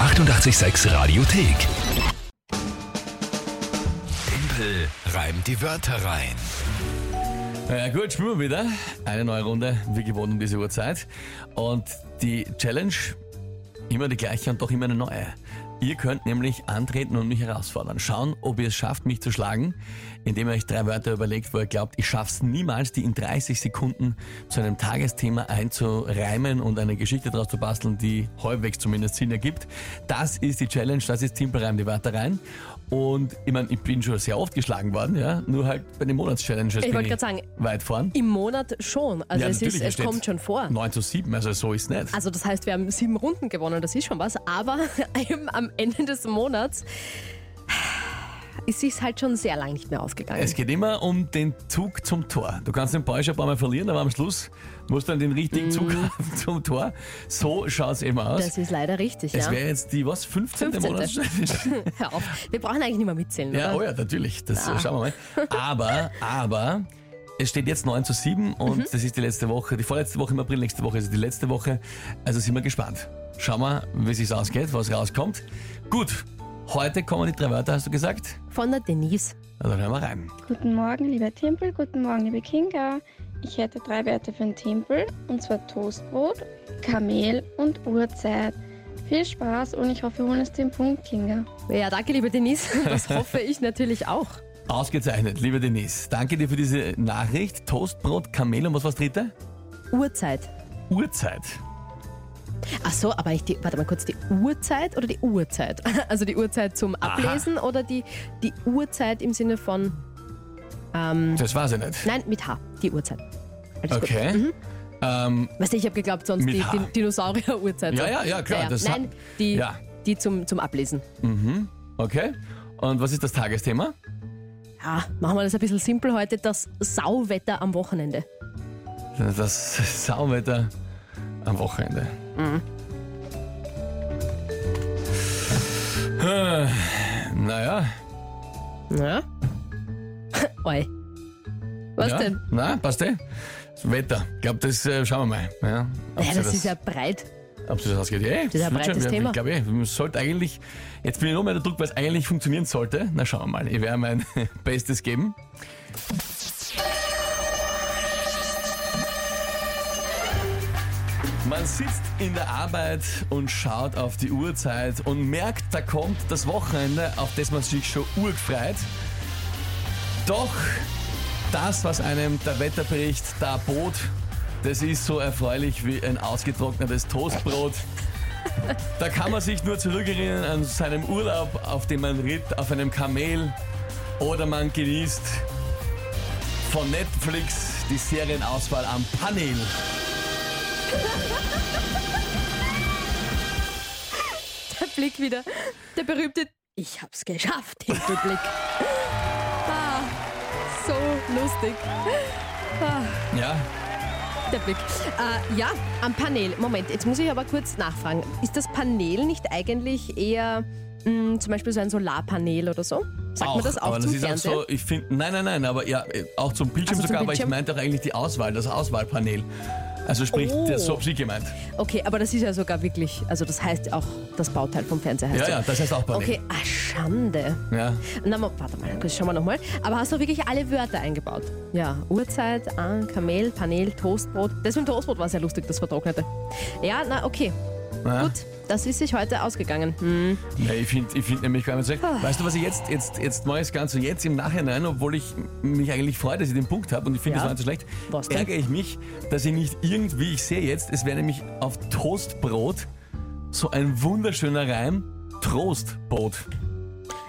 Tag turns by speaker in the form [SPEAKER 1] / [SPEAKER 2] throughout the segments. [SPEAKER 1] 886 Radiothek. Tempel reimt die Wörter rein.
[SPEAKER 2] Na ja, Äh, gut, spielen wir wieder. Eine neue Runde, wie gewohnt um diese Uhrzeit. Und die Challenge, immer die gleiche und doch immer eine neue. Ihr könnt nämlich antreten und mich herausfordern. Schauen, ob ihr es schafft, mich zu schlagen, indem ihr euch drei Wörter überlegt, wo ihr glaubt, ich schaff's niemals, die in 30 Sekunden zu einem Tagesthema einzureimen und eine Geschichte daraus zu basteln, die halbwegs zumindest Sinn ergibt. Das ist die Challenge, das ist Timpelreim, die Wörter rein. Und ich meine, ich bin schon sehr oft geschlagen worden, ja. Nur halt bei den Monatschallenges bin
[SPEAKER 3] wollte gerade sagen,
[SPEAKER 2] weit vorn.
[SPEAKER 3] Im Monat schon. Also
[SPEAKER 2] Ja,
[SPEAKER 3] es,
[SPEAKER 2] natürlich,
[SPEAKER 3] ist,
[SPEAKER 2] hier
[SPEAKER 3] es
[SPEAKER 2] steht's.
[SPEAKER 3] kommt schon vor.
[SPEAKER 2] 9 zu 7, also so ist nicht.
[SPEAKER 3] Also das heißt, wir haben sieben Runden gewonnen, das ist schon was. Aber eben am Ende des Monats ist es halt schon sehr lange nicht mehr ausgegangen.
[SPEAKER 2] Es geht immer um den Zug zum Tor. Du kannst den Ball schon ein paar Mal verlieren, aber am Schluss musst du dann den richtigen Zug haben zum Tor. So schaut's immer aus.
[SPEAKER 3] Mhm. Das ist leider richtig,
[SPEAKER 2] es
[SPEAKER 3] ja.
[SPEAKER 2] wäre jetzt die, was, 15.
[SPEAKER 3] 15..
[SPEAKER 2] Monatschallenge?
[SPEAKER 3] Hör auf. Wir brauchen eigentlich nicht mehr mitzählen,
[SPEAKER 2] ja,
[SPEAKER 3] oder?
[SPEAKER 2] oh ja, natürlich. Das
[SPEAKER 3] Ja.
[SPEAKER 2] schauen wir mal. Aber, aber, es steht jetzt 9 zu 7 und
[SPEAKER 3] Mhm.
[SPEAKER 2] das ist die letzte Woche, die vorletzte Woche im April, nächste Woche ist die letzte Woche. Also sind wir gespannt. Schauen wir, wie es ausgeht, was rauskommt. Gut, heute kommen die drei Wörter, hast du gesagt?
[SPEAKER 3] Von der Denise.
[SPEAKER 2] Na, dann hören wir rein.
[SPEAKER 4] Guten Morgen, lieber Tempel. Guten Morgen, liebe Kinga. Ich hätte drei Wörter für den Tempel, und zwar Toastbrot, Kamel und Uhrzeit. Viel Spaß und ich hoffe, wir holen es den Punkt, Kinga.
[SPEAKER 3] Ja, danke, liebe Denise. Das hoffe ich natürlich auch.
[SPEAKER 2] Ausgezeichnet, liebe Denise. Danke dir für diese Nachricht. Toastbrot, Kamel und was war das dritte?
[SPEAKER 3] Uhrzeit.
[SPEAKER 2] Uhrzeit.
[SPEAKER 3] Ach so, aber ich die, warte mal kurz, die Uhrzeit oder die Uhrzeit? Also die Uhrzeit zum Ablesen oder die, die Uhrzeit im Sinne von,
[SPEAKER 2] Das war sie nicht.
[SPEAKER 3] nein, mit H, die Uhrzeit. Alles gut.
[SPEAKER 2] Okay. Ähm,
[SPEAKER 3] Weißt du, ich habe geglaubt, sonst
[SPEAKER 2] Mit
[SPEAKER 3] die,
[SPEAKER 2] H.
[SPEAKER 3] die Dinosaurier-Uhrzeit.
[SPEAKER 2] Ja, ja, ja, klar,
[SPEAKER 3] Naja,
[SPEAKER 2] das-
[SPEAKER 3] nein, die,
[SPEAKER 2] ja.
[SPEAKER 3] die zum, zum Ablesen.
[SPEAKER 2] okay. Und was ist das Tagesthema?
[SPEAKER 3] Ja, machen wir das ein bisschen simpel heute, das Sauwetter am Wochenende.
[SPEAKER 2] Das Sauwetter am Wochenende.
[SPEAKER 3] Mhm.
[SPEAKER 2] Äh, Naja.
[SPEAKER 3] Ja? Oi. Was
[SPEAKER 2] ja.
[SPEAKER 3] denn?
[SPEAKER 2] Na, passt eh. Das Wetter. Ich glaube, das äh, schauen wir mal. Ja, ob
[SPEAKER 3] Naja,
[SPEAKER 2] sie
[SPEAKER 3] das ist ja breit.
[SPEAKER 2] Ob das ausgeht, ja, eh,
[SPEAKER 3] ist ein
[SPEAKER 2] wird schon.
[SPEAKER 3] breites
[SPEAKER 2] Wir-
[SPEAKER 3] Thema.
[SPEAKER 2] Ich glaube, eh, man sollte eigentlich, jetzt bin ich noch mehr unter Druck, weil es eigentlich funktionieren sollte. Na, schauen wir mal. Ich werde mein Bestes geben. Man sitzt in der Arbeit und schaut auf die Uhrzeit und merkt, da kommt das Wochenende, auf das man sich schon urgefreut. Doch das, was einem der Wetterbericht da bot, das ist so erfreulich wie ein ausgetrocknetes Toastbrot. Da kann man sich nur zurückerinnern an seinem Urlaub, auf dem man ritt, auf einem Kamel oder man genießt von Netflix die Serienauswahl am Panel.
[SPEAKER 3] Der Blick wieder, der berühmte Ich hab's geschafft, Hinterblick. ah, so lustig,
[SPEAKER 2] Ja,
[SPEAKER 3] der Blick. Äh, ja, am Panel. Moment, jetzt muss ich aber kurz nachfragen. Ist das Panel nicht eigentlich eher mh, zum Beispiel so ein Solarpanel oder so? Sagt man das auch
[SPEAKER 2] aber
[SPEAKER 3] zum
[SPEAKER 2] das ist
[SPEAKER 3] Fernsehen?
[SPEAKER 2] auch so, ich finde, nein, nein, nein, aber ja, äh, auch zum Bildschirm
[SPEAKER 3] Also zum
[SPEAKER 2] sogar, aber ich
[SPEAKER 3] Bildschirm?
[SPEAKER 2] meinte auch eigentlich die Auswahl, das Auswahlpanel. Also sprich,
[SPEAKER 3] Oh.
[SPEAKER 2] das, so hab ich gemeint.
[SPEAKER 3] Okay, aber das ist ja sogar wirklich, also das heißt auch, das Bauteil vom Fernseher heißt
[SPEAKER 2] Ja,
[SPEAKER 3] so.
[SPEAKER 2] ja, das heißt auch Panel.
[SPEAKER 3] Okay, ah, Schande.
[SPEAKER 2] Ja.
[SPEAKER 3] Na, mo- warte mal, das schauen wir nochmal. Aber hast du wirklich alle Wörter eingebaut? Ja, Uhrzeit, Ahn, Kamel, Panel, Toastbrot. Das mit dem Toastbrot war sehr lustig, das vertrocknete. Ja, na, okay,
[SPEAKER 2] Na,
[SPEAKER 3] gut. Das ist sich heute ausgegangen. Hm.
[SPEAKER 2] Ja, ich finde ich find nämlich gar nicht schlecht.
[SPEAKER 3] Ah.
[SPEAKER 2] Weißt du, was ich jetzt, jetzt, jetzt mache ich das Ganze jetzt im Nachhinein, obwohl ich mich eigentlich freue, dass ich den Punkt habe und ich finde
[SPEAKER 3] Ja.
[SPEAKER 2] das war nicht so schlecht,
[SPEAKER 3] Was denn?
[SPEAKER 2] ärgere ich mich, dass ich nicht irgendwie, ich sehe jetzt, es wäre nämlich auf Toastbrot so ein wunderschöner Reim, Trostbrot.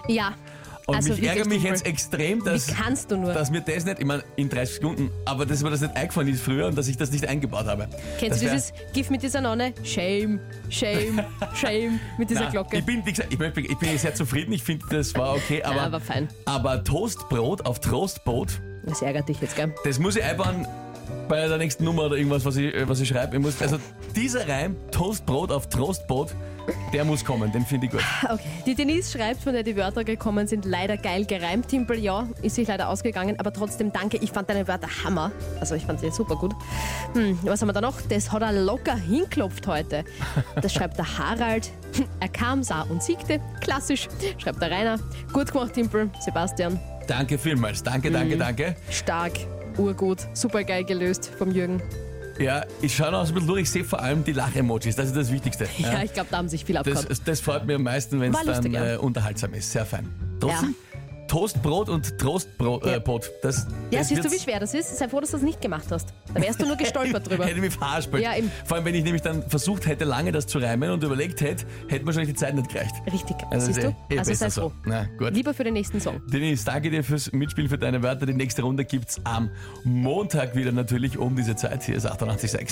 [SPEAKER 3] Ja,
[SPEAKER 2] Und
[SPEAKER 3] Also
[SPEAKER 2] ich
[SPEAKER 3] wirklich
[SPEAKER 2] ärgere mich
[SPEAKER 3] dunkel.
[SPEAKER 2] jetzt extrem, dass,
[SPEAKER 3] wie kannst du nur?
[SPEAKER 2] dass mir das nicht, ich meine, in 30 Sekunden, aber dass mir das nicht eingefallen ist früher und dass ich das nicht eingebaut habe.
[SPEAKER 3] Kennst
[SPEAKER 2] Das
[SPEAKER 3] du
[SPEAKER 2] wär-
[SPEAKER 3] dieses Gift mit dieser Nonne? Shame, shame, shame mit dieser
[SPEAKER 2] Nein,
[SPEAKER 3] Glocke.
[SPEAKER 2] Ich bin, wie gesagt, ich bin, ich bin sehr zufrieden, ich finde, das war okay, aber,
[SPEAKER 3] war fein.
[SPEAKER 2] aber Toastbrot auf Trostbrot,
[SPEAKER 3] Das ärgert dich jetzt, gell?
[SPEAKER 2] das muss ich einbauen bei der nächsten Nummer oder irgendwas, was ich, äh, was ich schreibe. Ich muss, also dieser Reim, Toastbrot auf Trostbrot, der muss kommen, den finde ich gut.
[SPEAKER 3] Okay. Die Denise schreibt, von der die Wörter gekommen sind, leider geil gereimt. Timpel, ja, ist sich leider ausgegangen, aber trotzdem danke. Ich fand deine Wörter Hammer. Also ich fand sie super gut. Hm, was haben wir da noch? Das hat er locker hinklopft heute. Das schreibt der Harald. Er kam, sah und siegte. Klassisch, schreibt der Rainer. Gut gemacht, Timpel. Sebastian,
[SPEAKER 2] Danke vielmals, danke,
[SPEAKER 3] Mhm.
[SPEAKER 2] danke, danke.
[SPEAKER 3] stark, urgut, super geil gelöst vom Jürgen.
[SPEAKER 2] Ja, ich schaue noch so ein bisschen durch, ich sehe vor allem die Lach-Emojis, das ist das Wichtigste.
[SPEAKER 3] Ja, ich glaube, da haben sich viel abgehauen.
[SPEAKER 2] Das, das freut mir am meisten, wenn es
[SPEAKER 3] War
[SPEAKER 2] dann
[SPEAKER 3] lustig, ja.
[SPEAKER 2] äh, unterhaltsam ist. Sehr fein. Trotzdem, Toastbrot und Trostbrot.
[SPEAKER 3] Ja.
[SPEAKER 2] Äh, Brot. das,
[SPEAKER 3] Ja,
[SPEAKER 2] das
[SPEAKER 3] siehst du, wie
[SPEAKER 2] wird's-
[SPEAKER 3] schwer das ist? Sei froh, dass du das nicht gemacht hast. Da wärst du nur gestolpert drüber.
[SPEAKER 2] Hätte mich verhaspelt.
[SPEAKER 3] Ja, eben.
[SPEAKER 2] Vor allem, wenn ich nämlich dann versucht hätte, lange das zu reimen und überlegt hätte, hätte wahrscheinlich die Zeit nicht gereicht.
[SPEAKER 3] Richtig,
[SPEAKER 2] Also
[SPEAKER 3] siehst
[SPEAKER 2] ist
[SPEAKER 3] du?
[SPEAKER 2] eh- eh
[SPEAKER 3] also
[SPEAKER 2] besser
[SPEAKER 3] sei
[SPEAKER 2] so.
[SPEAKER 3] froh.
[SPEAKER 2] Na, gut.
[SPEAKER 3] Lieber für den nächsten Song.
[SPEAKER 2] Denise, danke dir fürs Mitspielen, für deine Wörter. Die nächste Runde gibt's am Montag wieder natürlich um diese Zeit. Hier ist 886.